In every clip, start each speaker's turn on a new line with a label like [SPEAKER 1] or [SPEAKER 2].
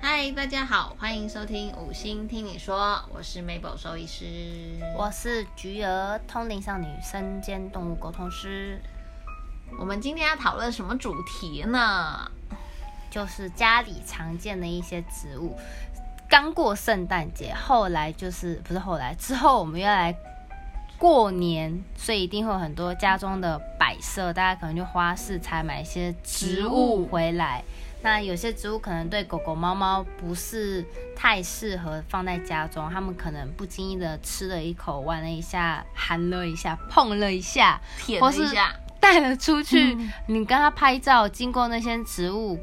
[SPEAKER 1] 嗨，大家好，欢迎收听《五星听你说》，我是 Mabel 兽医师。
[SPEAKER 2] 我是菊儿，通灵少女，身兼动物沟通师，
[SPEAKER 1] 我们今天要讨论什么主题呢？
[SPEAKER 2] 就是家里常见的一些植物。刚过圣诞节，后来就是不是后来之后，我们又来过年，所以一定会有很多家中的摆设，大家可能就花市采买一些植物回来。那有些植物可能对狗狗、猫猫不是太适合放在家中，它们可能不经意的吃了一口，玩了一下，含了一下，碰了一下，
[SPEAKER 1] 舔了一下，
[SPEAKER 2] 带了出去，你跟它拍照，经过那些植物，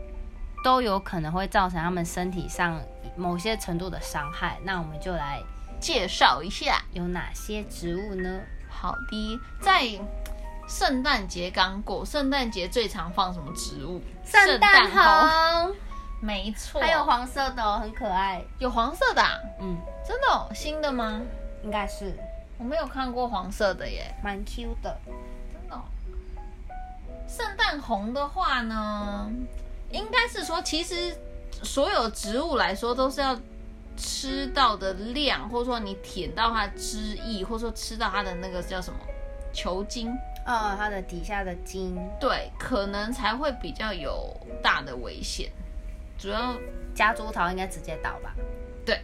[SPEAKER 2] 都有可能会造成它们身体上某些程度的伤害。那我们就来
[SPEAKER 1] 介绍一下。
[SPEAKER 2] 有哪些植物呢？
[SPEAKER 1] 好的，在圣诞节刚过，圣诞节最常放什么植物？猴。
[SPEAKER 2] 红，
[SPEAKER 1] 没错，
[SPEAKER 2] 还有黄色的、哦，很可爱。
[SPEAKER 1] 有黄色的、啊，
[SPEAKER 2] 嗯，
[SPEAKER 1] 真的、哦、新的吗？
[SPEAKER 2] 应该是
[SPEAKER 1] 我没有看过黄色的耶，
[SPEAKER 2] 蛮 Q 的。
[SPEAKER 1] 真的哦、圣诞红的话呢，应该是说，其实所有植物来说都是要吃到的量，或者说你舔到它的汁液，或者说吃到它的那个叫什么球茎，
[SPEAKER 2] 呃，它的底下的茎，
[SPEAKER 1] 对，可能才会比较有大的危险。主要
[SPEAKER 2] 夹竹桃应该直接倒吧？
[SPEAKER 1] 对，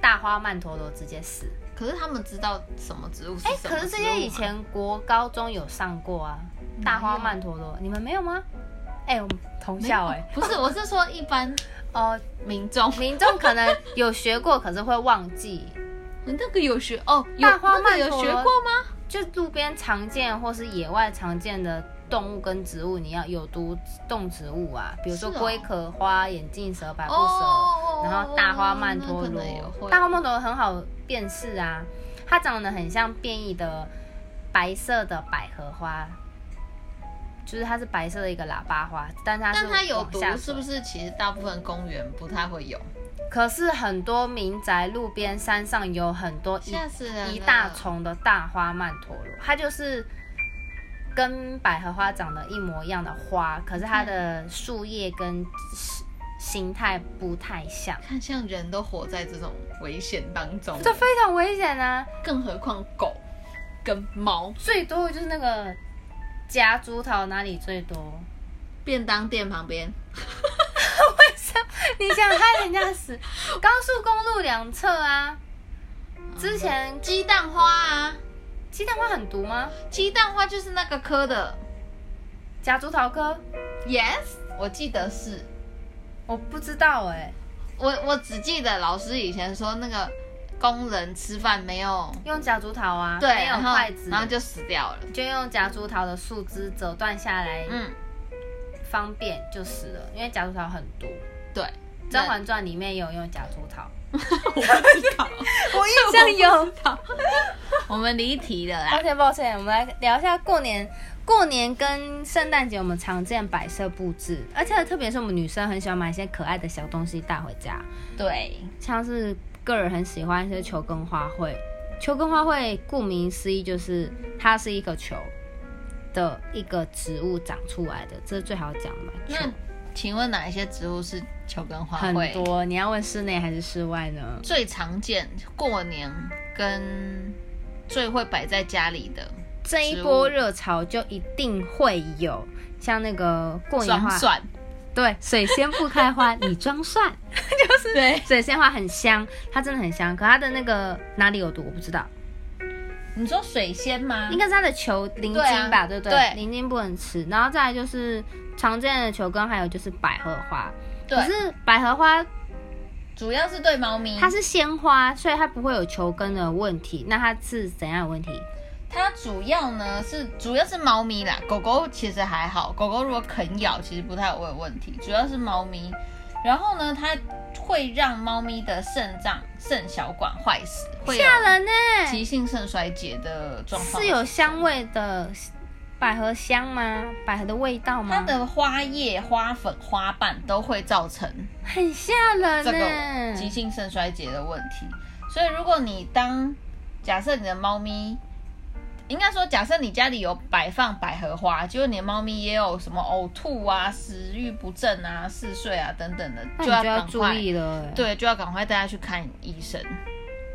[SPEAKER 2] 大花曼陀罗直接死。
[SPEAKER 1] 可是他们知道什么植物是
[SPEAKER 2] 哎、
[SPEAKER 1] 什么
[SPEAKER 2] 可是这些以前国高中有上过啊，大花曼陀罗，你们没有吗？哎、我们同
[SPEAKER 1] 植物
[SPEAKER 2] 校
[SPEAKER 1] 吗
[SPEAKER 2] 哎、
[SPEAKER 1] 不是，我是说一般
[SPEAKER 2] 哦，
[SPEAKER 1] 民 众，
[SPEAKER 2] 民众可能有学过，可是会忘记。
[SPEAKER 1] 你那个有学哦，有
[SPEAKER 2] 大花
[SPEAKER 1] 那个
[SPEAKER 2] 曼
[SPEAKER 1] 有
[SPEAKER 2] 陀
[SPEAKER 1] 学
[SPEAKER 2] 罗
[SPEAKER 1] 过吗？
[SPEAKER 2] 就路边常见或是野外常见的动物跟植物，你要有毒动植物啊，比如说
[SPEAKER 1] 是哦
[SPEAKER 2] 龟壳花、眼镜蛇、百步蛇，
[SPEAKER 1] 哦
[SPEAKER 2] 然后大花曼
[SPEAKER 1] 那
[SPEAKER 2] 陀
[SPEAKER 1] 可能也会
[SPEAKER 2] 罗。大花曼陀罗很好辨识啊，它长得很像变异的白色的百合花。就是它是白色的一个喇叭花，但它是
[SPEAKER 1] 但它有毒
[SPEAKER 2] 往下，
[SPEAKER 1] 是不是？其实大部分公园不太会有，
[SPEAKER 2] 可是很多民宅、路边、山上有很多一
[SPEAKER 1] 吓死人了！
[SPEAKER 2] 一大丛的大花曼陀罗，它就是跟百合花长得一模一样的花，可是它的树叶跟形形态不太像，
[SPEAKER 1] 看像人都活在这种危险当中，
[SPEAKER 2] 这非常危险啊！
[SPEAKER 1] 更何况狗跟猫。
[SPEAKER 2] 最多的就是那个夹竹桃哪里最多？
[SPEAKER 1] 便当店旁边，
[SPEAKER 2] 你想害人家 死？高速公路两侧啊，之前
[SPEAKER 1] 鸡蛋花啊，
[SPEAKER 2] 鸡蛋花很毒吗？
[SPEAKER 1] 鸡蛋花就是那个科的
[SPEAKER 2] 夹竹桃科
[SPEAKER 1] ，yes，我记得是，
[SPEAKER 2] 我不知道哎、
[SPEAKER 1] 我我只记得老师以前说那个工人吃饭没有
[SPEAKER 2] 用夹竹桃啊，
[SPEAKER 1] 对，
[SPEAKER 2] 没有
[SPEAKER 1] 然后
[SPEAKER 2] 筷子，
[SPEAKER 1] 然后就死掉了，
[SPEAKER 2] 就用夹竹桃的树枝折断下来，
[SPEAKER 1] 嗯，
[SPEAKER 2] 方便就死了，因为夹竹桃很毒。
[SPEAKER 1] 对，
[SPEAKER 2] 《甄嬛传》里面也有用夹竹桃，
[SPEAKER 1] 我不知道，
[SPEAKER 2] 我印象有。
[SPEAKER 1] 我们离题了啦
[SPEAKER 2] 抱，歉抱歉，我们来聊一下过年。过年跟圣诞节我们常见摆设布置，而且特别是我们女生很喜欢买一些可爱的小东西带回家，
[SPEAKER 1] 对，
[SPEAKER 2] 像是个人很喜欢一些球根花卉。球根花卉顾名思义就是它是一个球的一个植物长出来的，这是最好讲的嘛。球
[SPEAKER 1] 那请问哪一些植物是球根花
[SPEAKER 2] 很
[SPEAKER 1] 卉？
[SPEAKER 2] 多，你要问室内还是室外呢？
[SPEAKER 1] 最常见过年跟最会摆在家里的
[SPEAKER 2] 这一波热潮就一定会有，像那个过年
[SPEAKER 1] 装
[SPEAKER 2] 花，
[SPEAKER 1] 蒜，
[SPEAKER 2] 对，水仙不开花，你装蒜。
[SPEAKER 1] 对，
[SPEAKER 2] 水仙花很香，它真的很香，可它的那个哪里有毒我不知道，
[SPEAKER 1] 你说水仙吗？
[SPEAKER 2] 应该是它的球鳞
[SPEAKER 1] 对啊
[SPEAKER 2] 茎吧，对不对？
[SPEAKER 1] 对
[SPEAKER 2] 鳞茎不能吃。然后再来就是常见的球根，还有就是百合花。
[SPEAKER 1] 对
[SPEAKER 2] 可是百合花
[SPEAKER 1] 主要是对猫咪，
[SPEAKER 2] 它是鲜花，所以它不会有球根的问题。那它是怎样的问题？
[SPEAKER 1] 它主要呢是主要是猫咪啦，狗狗其实还好，狗狗如果啃咬其实不太会有问题，主要是猫咪。然后呢，它会让猫咪的肾脏、肾小管坏死，会有
[SPEAKER 2] 吓人呢、
[SPEAKER 1] 急性肾衰竭的状况。
[SPEAKER 2] 是有香味的百合香吗？百合的味道吗？
[SPEAKER 1] 它的花叶、花粉、花瓣都会造成
[SPEAKER 2] 很吓人
[SPEAKER 1] 这
[SPEAKER 2] 呢、嗯
[SPEAKER 1] 个急性肾衰竭的问题。所以，如果你当假设你的猫咪应该说，假设你家里有摆放百合花，结果你的猫咪也有什么呕吐啊、食欲不振啊、嗜睡啊等等的，
[SPEAKER 2] 那你
[SPEAKER 1] 要
[SPEAKER 2] 就要
[SPEAKER 1] 赶
[SPEAKER 2] 注
[SPEAKER 1] 快
[SPEAKER 2] 意了、欸。，
[SPEAKER 1] 对，就要赶快带它去看医生，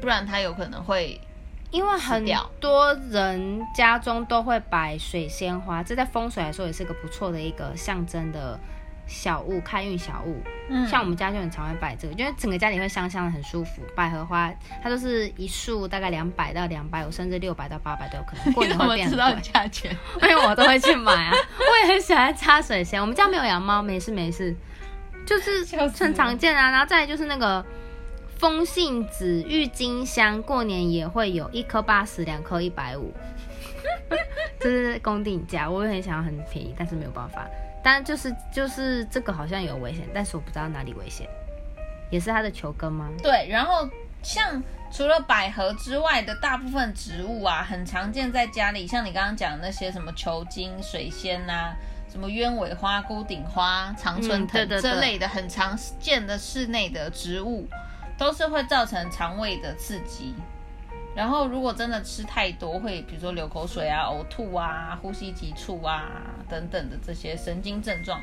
[SPEAKER 1] 不然它有可能会
[SPEAKER 2] 因为很
[SPEAKER 1] 死掉
[SPEAKER 2] 多人家中都会摆水仙花，这在风水来说也是个不错的一个象征的小物，开运小物。
[SPEAKER 1] 嗯
[SPEAKER 2] 像我们家就很常会摆这个，因为整个家里会香香的，很舒服。百合花它就是一束大概两百到两百五，甚至六百到八百都有可能。过
[SPEAKER 1] 你 怎
[SPEAKER 2] 年会
[SPEAKER 1] 么
[SPEAKER 2] 变
[SPEAKER 1] 知
[SPEAKER 2] 很
[SPEAKER 1] 道
[SPEAKER 2] 贵，
[SPEAKER 1] 价钱？
[SPEAKER 2] 因为我都会去买啊。 我也很喜欢插水仙，我们家没有养猫，没事没事，就是
[SPEAKER 1] 笑死
[SPEAKER 2] 很常见啊。然后再来就是那个风信子、郁金香，过年也会有一颗八十，两颗一百五， 这是公定价。我也很想要很便宜，但是没有办法。但就是就是这个好像有危险，但是我不知道哪里危险，也是它的球根吗？
[SPEAKER 1] 对，然后像除了百合之外的大部分植物啊，很常见在家里，像你刚刚讲的那些什么球茎、水仙呐、什么鸢尾花、孤顶花、常春藤、
[SPEAKER 2] 嗯对对对
[SPEAKER 1] 这类的很常见的室内的植物，都是会造成肠胃的刺激。然后如果真的吃太多，会比如说流口水啊、呕吐啊、呼吸急促啊等等的这些神经症状，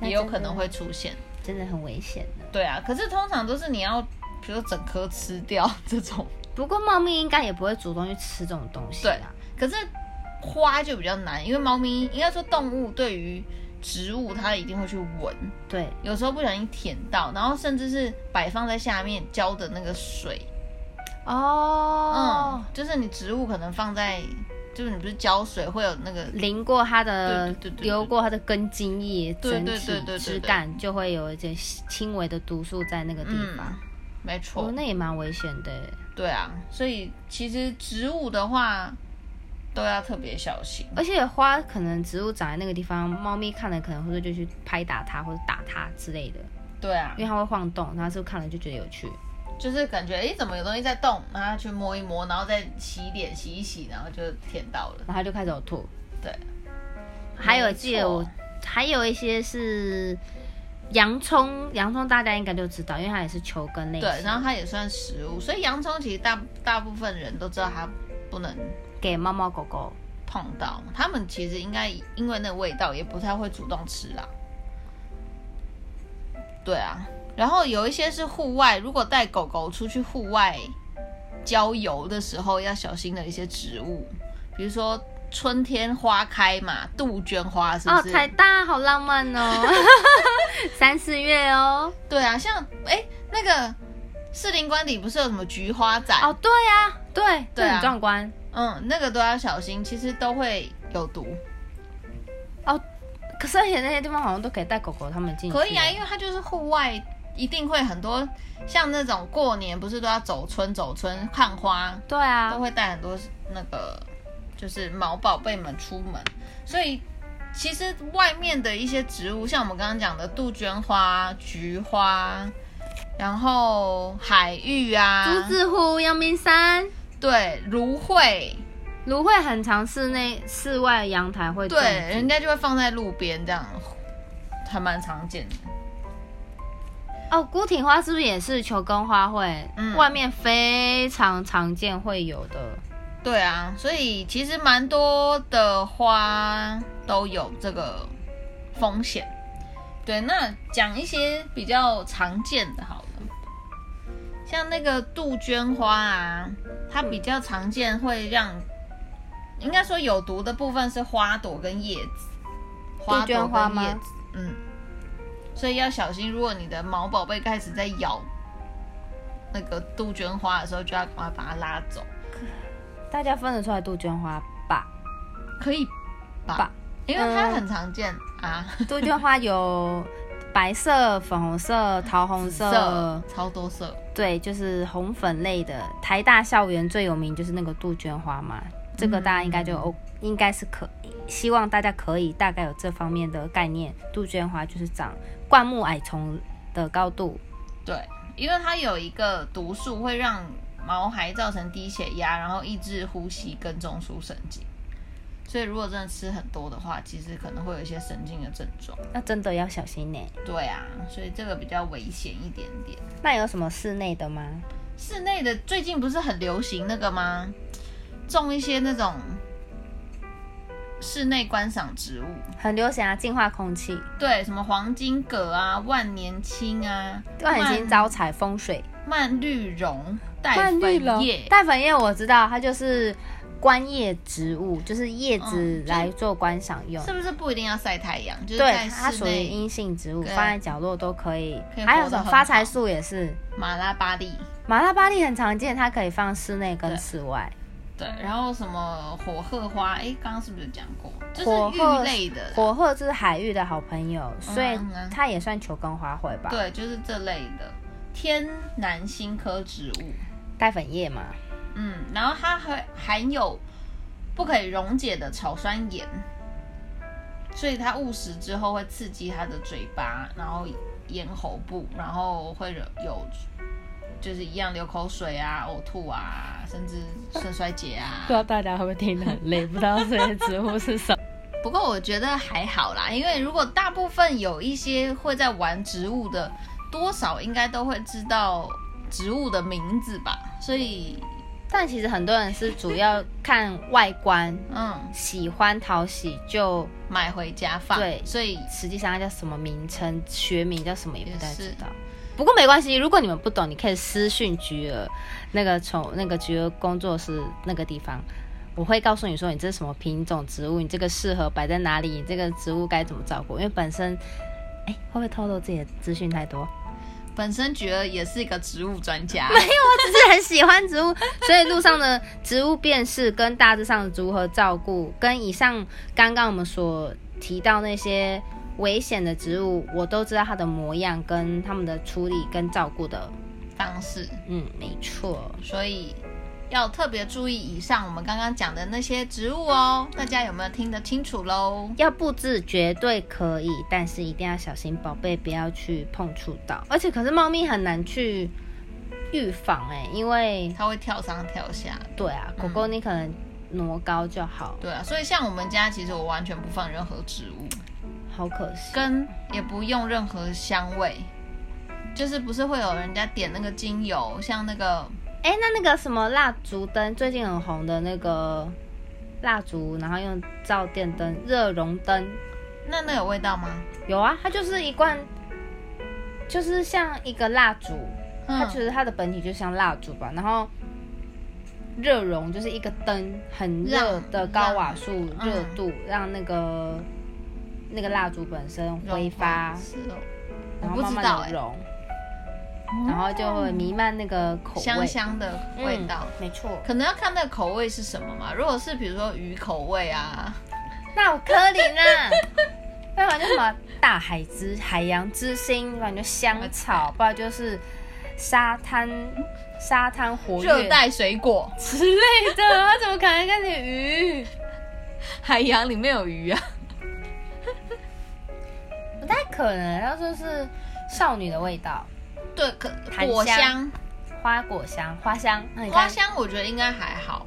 [SPEAKER 1] 也有可能会出现。
[SPEAKER 2] 真的很危险的。
[SPEAKER 1] 对啊，可是通常都是你要，比如说整颗吃掉 这种。
[SPEAKER 2] 不过猫咪应该也不会主动去吃这种东西啊。
[SPEAKER 1] 可是花就比较难，因为猫咪应该说动物对于植物它一定会去闻，
[SPEAKER 2] 对，
[SPEAKER 1] 有时候不小心舔到，然后甚至是摆放在下面浇的那个水，
[SPEAKER 2] 哦
[SPEAKER 1] 嗯，，就是你植物可能放在，就是你不是浇水会有那个
[SPEAKER 2] 淋过它的
[SPEAKER 1] 对对对对，对
[SPEAKER 2] 流过它的根茎叶，
[SPEAKER 1] 对
[SPEAKER 2] 整
[SPEAKER 1] 对对对
[SPEAKER 2] 体
[SPEAKER 1] 对
[SPEAKER 2] 质
[SPEAKER 1] 对
[SPEAKER 2] 感就会有一些轻微的毒素在那个地方。
[SPEAKER 1] 没
[SPEAKER 2] 哦
[SPEAKER 1] 错，，
[SPEAKER 2] 那也蛮危险的耶。
[SPEAKER 1] 对啊，所以其实植物的话都要特别小心。
[SPEAKER 2] 而且花可能植物长在那个地方，猫咪看了可能会就去拍打它或者打它之类的，
[SPEAKER 1] 对啊
[SPEAKER 2] 因，为它会晃动，然后是不是看了就觉得有趣。
[SPEAKER 1] 就是感觉哎，诶怎么有东西在动？然后去摸一摸，然后再洗脸洗一洗，然后就舔到了。
[SPEAKER 2] 然后就开始呕吐。
[SPEAKER 1] 对，
[SPEAKER 2] 还有
[SPEAKER 1] 嗯没
[SPEAKER 2] 记得我
[SPEAKER 1] 错
[SPEAKER 2] 还有一些是洋葱，洋葱大家应该都知道，因为它也是球根类型。
[SPEAKER 1] 对，然后它也算食物，所以洋葱其实大大部分人都知道它不能
[SPEAKER 2] 给猫猫狗狗。
[SPEAKER 1] 碰到，他们其实应该因为那味道也不太会主动吃啦。对啊，然后有一些是户外，如果带狗狗出去户外郊游的时候要小心的一些植物，比如说春天花开嘛，杜鹃花是
[SPEAKER 2] 哦，
[SPEAKER 1] 不是？
[SPEAKER 2] 彩大好浪漫哦， 三四月哦。
[SPEAKER 1] 对啊，像哎、那个士林官邸不是有什么菊花仔？
[SPEAKER 2] 哦，对呀、啊，对，
[SPEAKER 1] 对
[SPEAKER 2] 这
[SPEAKER 1] 啊
[SPEAKER 2] 很壮观。
[SPEAKER 1] 嗯，那个都要小心，其实都会有毒。
[SPEAKER 2] 可是而且那些地方好像都可以带狗狗他们进去。
[SPEAKER 1] 可以啊，因为它就是户外，一定会很多像那种过年不是都要走村走村看花，都
[SPEAKER 2] 对啊，
[SPEAKER 1] 会带很多那个就是毛宝贝们出门，所以。其实外面的一些植物，像我们刚刚讲的杜鹃花、菊花，然后海芋
[SPEAKER 2] 朱
[SPEAKER 1] 啊，
[SPEAKER 2] 子湖、阳明山、
[SPEAKER 1] 对，芦荟，
[SPEAKER 2] 芦荟很常室内、室外阳台会种
[SPEAKER 1] 对，人家就会放在路边这样，还蛮常见的。
[SPEAKER 2] 哦，孤挺花是不是也是球根花卉？
[SPEAKER 1] 嗯
[SPEAKER 2] 外面非常常见会有的。
[SPEAKER 1] 对啊，所以其实蛮多的花都有这个风险。对，那讲一些比较常见的好了，像那个杜鹃花啊，它比较常见会让，应该说有毒的部分是花朵跟叶子，
[SPEAKER 2] 杜鹃
[SPEAKER 1] 朵
[SPEAKER 2] 花
[SPEAKER 1] 跟
[SPEAKER 2] 吗
[SPEAKER 1] 叶子，嗯，所以要小心，如果你的毛宝贝开始在咬那个杜鹃花的时候，就要赶快把它拉走。
[SPEAKER 2] 大家分得出来杜鹃花吧？
[SPEAKER 1] 可以吧？
[SPEAKER 2] 吧
[SPEAKER 1] 因为它很常见、啊，
[SPEAKER 2] 杜鹃花有白色、粉红色、桃红色，
[SPEAKER 1] 色超多色，
[SPEAKER 2] 对，就是红粉类的。台大校园最有名就是那个杜鹃花嘛，这个大家应该就、哦，应该是可，希望大家可以大概有这方面的概念。杜鹃花就是长灌木矮丛的高度，
[SPEAKER 1] 对，因为它有一个毒素会让毛孩造成低血压，然后抑制呼吸跟中枢神经。所以如果真的吃很多的话，其实可能会有一些神经的症状。
[SPEAKER 2] 那真的要小心呢、
[SPEAKER 1] 对啊，所以这个比较危险一点点。
[SPEAKER 2] 那有什么室内的吗？
[SPEAKER 1] 室内的最近不是很流行那个吗？种一些那种室内观赏植物，
[SPEAKER 2] 很流行啊，净化空气。
[SPEAKER 1] 对，什么黄金葛啊、万年青啊、
[SPEAKER 2] 万年青招财风水，
[SPEAKER 1] 蔓绿绒、带
[SPEAKER 2] 万绿
[SPEAKER 1] 粉
[SPEAKER 2] 龙
[SPEAKER 1] 叶，
[SPEAKER 2] 淡粉叶我知道，它就是观叶植物，哦就是叶子
[SPEAKER 1] 嗯就
[SPEAKER 2] 来做观赏用。
[SPEAKER 1] 是不是不一定要晒太阳？就是
[SPEAKER 2] 对
[SPEAKER 1] 在，
[SPEAKER 2] 它
[SPEAKER 1] 室
[SPEAKER 2] 属于
[SPEAKER 1] 内
[SPEAKER 2] 阴性植物，
[SPEAKER 1] 对
[SPEAKER 2] 放在角落都可以。
[SPEAKER 1] 可以
[SPEAKER 2] 还有
[SPEAKER 1] 活
[SPEAKER 2] 什
[SPEAKER 1] 得
[SPEAKER 2] 么
[SPEAKER 1] 很
[SPEAKER 2] 发财
[SPEAKER 1] 好
[SPEAKER 2] 树也是，
[SPEAKER 1] 马拉巴蒂。
[SPEAKER 2] 马拉巴利很常见，它可以放室内跟
[SPEAKER 1] 对
[SPEAKER 2] 室外。
[SPEAKER 1] 对，然后什么火鹤花，哎，刚刚是不是讲过？就
[SPEAKER 2] 火
[SPEAKER 1] 是
[SPEAKER 2] 鹤
[SPEAKER 1] 玉类的啦，
[SPEAKER 2] 火鹤就是海域的好朋友，所以
[SPEAKER 1] 嗯嗯
[SPEAKER 2] 它也算球根花卉吧？，
[SPEAKER 1] 对，就是这类的天南星科植物。
[SPEAKER 2] 带粉叶嘛。
[SPEAKER 1] 嗯，然后它还含有不可以溶解的草酸盐，所以它误食之后会刺激它的嘴巴，然后咽喉部，然后会惹有就是一样流口水啊、呕吐啊，甚至肾衰竭啊。
[SPEAKER 2] 知道大家会不会听得很累，不知道这些植物是什么。
[SPEAKER 1] 不过我觉得还好啦，因为如果大部分有一些会在玩植物的，多少应该都会知道植物的名字吧，所以
[SPEAKER 2] 但其实很多人是主要看外观，
[SPEAKER 1] 嗯，
[SPEAKER 2] 喜欢讨喜就
[SPEAKER 1] 买回家放。
[SPEAKER 2] 对
[SPEAKER 1] 所以
[SPEAKER 2] 实际上它叫什么名称、学名叫什么也不太
[SPEAKER 1] 也是
[SPEAKER 2] 知道。不过没关系，如果你们不懂，你可以私讯菊儿那个从那个菊儿工作室那个地方，我会告诉你说你这是什么品种植物，你这个适合摆在哪里，你这个植物该怎么照顾。因为本身，哎，会不会透露自己的资讯太多？
[SPEAKER 1] 本身觉得也是一个植物专 家，
[SPEAKER 2] 只是很喜欢植物，所以路上的植物辨识跟大致上如何照顾，跟以上刚刚我们所提到那些危险的植物，我都知道它的模样跟它们的处理跟照顾的。
[SPEAKER 1] 方式，
[SPEAKER 2] 嗯，没错。
[SPEAKER 1] 所以要特别注意以上我们刚刚讲的那些植物哦。大家有没有听得清楚喽？
[SPEAKER 2] 要布置绝对可以，但是一定要小心宝贝不要去碰触到。而且可是猫咪很难去预防哎、因为
[SPEAKER 1] 它会跳上跳下，
[SPEAKER 2] 对啊，狗狗你可能挪高就好，
[SPEAKER 1] 对啊。所以像我们家，其实我完全不放任何植物。
[SPEAKER 2] 好可惜。
[SPEAKER 1] 跟也不用任何香味，就是不是会有人家点那个精油，像那个
[SPEAKER 2] 哎、那那个什么蜡烛灯最近很红的那个蜡烛，然后用照电灯、热熔灯，
[SPEAKER 1] 那那有味道吗？
[SPEAKER 2] 有啊，它就是一罐，就是像一个蜡烛，它
[SPEAKER 1] 嗯
[SPEAKER 2] 其实它的本体就像蜡烛吧，然后热熔就是一个灯，很热
[SPEAKER 1] 让嗯
[SPEAKER 2] 的高瓦数
[SPEAKER 1] 让
[SPEAKER 2] 热度，让那个那个蜡烛本身挥发，
[SPEAKER 1] 是哦，
[SPEAKER 2] 然
[SPEAKER 1] 我
[SPEAKER 2] 后
[SPEAKER 1] 不
[SPEAKER 2] 慢
[SPEAKER 1] 知
[SPEAKER 2] 慢
[SPEAKER 1] 道
[SPEAKER 2] 的
[SPEAKER 1] 哎
[SPEAKER 2] 融，然后就会弥漫那个口味，
[SPEAKER 1] 香香的
[SPEAKER 2] 嗯
[SPEAKER 1] 味道。
[SPEAKER 2] 没错。
[SPEAKER 1] 可能要看那个口味是什么嘛。如果是比如说鱼口味啊，
[SPEAKER 2] 那我柯林啊， 要不然就什么大海之海洋之星，不然就香草，不然就是沙滩沙滩活跃
[SPEAKER 1] 热带水果，
[SPEAKER 2] 之类的，我怎么可能跟你鱼？
[SPEAKER 1] 海洋里面有鱼啊。
[SPEAKER 2] 不太可能，要说是少女的味道，
[SPEAKER 1] 对，可
[SPEAKER 2] 檀
[SPEAKER 1] 果
[SPEAKER 2] 香
[SPEAKER 1] 香、
[SPEAKER 2] 花果香、花香，那你看
[SPEAKER 1] 花，香，我觉得应该还好。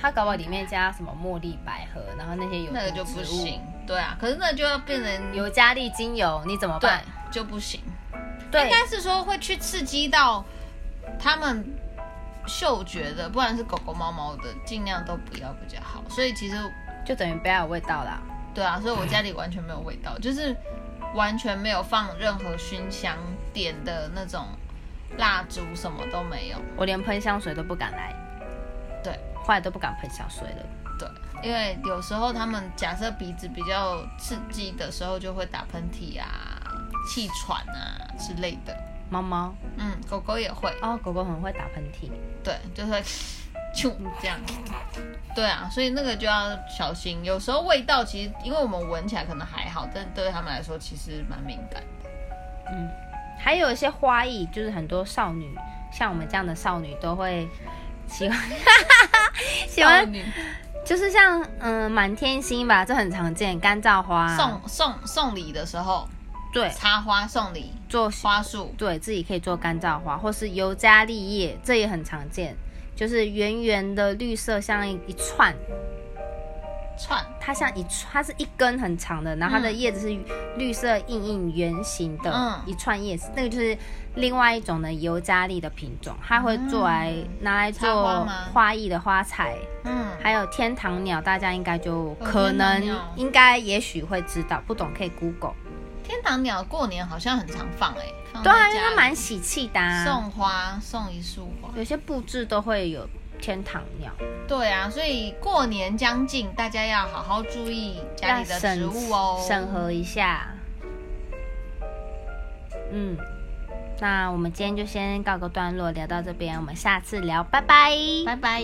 [SPEAKER 2] 它搞不好里面加什么茉莉、百合，然后那些有
[SPEAKER 1] 那个
[SPEAKER 2] 毒
[SPEAKER 1] 就不
[SPEAKER 2] 植物
[SPEAKER 1] 行，，对啊，可是那就要变成
[SPEAKER 2] 尤加利精油你怎么
[SPEAKER 1] 对
[SPEAKER 2] 办？
[SPEAKER 1] 就不行。
[SPEAKER 2] 对
[SPEAKER 1] 应该是说会去刺激到他们嗅觉的，不管是狗狗、猫猫的，尽量都不要比较好。所以其实
[SPEAKER 2] 就等于不要有味道啦。
[SPEAKER 1] 对啊，所以我家里完全没有味道，就是完全没有放任何熏香点的那种蜡烛，什么都没有。
[SPEAKER 2] 我连喷香水都不敢来，
[SPEAKER 1] 对，
[SPEAKER 2] 后来都不敢喷香水了。
[SPEAKER 1] 对，因为有时候他们假设鼻子比较刺激的时候，就会打喷嚏啊、气喘啊之类的。
[SPEAKER 2] 猫猫
[SPEAKER 1] 嗯，狗狗也会。
[SPEAKER 2] 哦，狗狗很会打喷嚏，
[SPEAKER 1] 对，就会就这样。对啊，所以那个就要小心。有时候味道其实，因为我们闻起来可能还好，但对他们来说其实蛮敏感的。
[SPEAKER 2] 还有一些花艺，就是很多少女，像我们这样的少女都会 喜欢，喜欢
[SPEAKER 1] 女
[SPEAKER 2] 就是像嗯满天星吧，这很常见，干燥花、啊
[SPEAKER 1] 送送送礼的时候，
[SPEAKER 2] 对
[SPEAKER 1] 插花送礼，
[SPEAKER 2] 做
[SPEAKER 1] 花束，
[SPEAKER 2] 对自己可以做干燥花，或是尤加利叶，这也很常见，就是圆圆的绿色，像一一串
[SPEAKER 1] 串，
[SPEAKER 2] 它像一串，它是一根很长的，然后它的
[SPEAKER 1] 嗯
[SPEAKER 2] 叶子是绿色硬硬圆形的，
[SPEAKER 1] 嗯
[SPEAKER 2] 一串叶子，那个就是另外一种的尤加利的品种，它会做来、
[SPEAKER 1] 嗯
[SPEAKER 2] 拿来
[SPEAKER 1] 插花
[SPEAKER 2] 做
[SPEAKER 1] 吗
[SPEAKER 2] 花艺的花材，
[SPEAKER 1] 嗯，
[SPEAKER 2] 还有天堂鸟，大家应该就
[SPEAKER 1] 有
[SPEAKER 2] 可
[SPEAKER 1] 天堂
[SPEAKER 2] 能
[SPEAKER 1] 鸟
[SPEAKER 2] 应该也许会知道，不懂可以 Google。
[SPEAKER 1] 天堂鸟过年好像很常放哎、放在
[SPEAKER 2] 对啊，因为
[SPEAKER 1] 家
[SPEAKER 2] 它
[SPEAKER 1] 里
[SPEAKER 2] 蛮喜气的、啊，
[SPEAKER 1] 送花送一束花，
[SPEAKER 2] 有些布置都会有天堂鸟，
[SPEAKER 1] 对啊，所以过年将近，大家要好好注意家里的
[SPEAKER 2] 要审
[SPEAKER 1] 植物哦，
[SPEAKER 2] 审核一下。嗯，那我们今天就先告个段落，聊到这边，我们下次聊，拜拜。
[SPEAKER 1] 拜拜。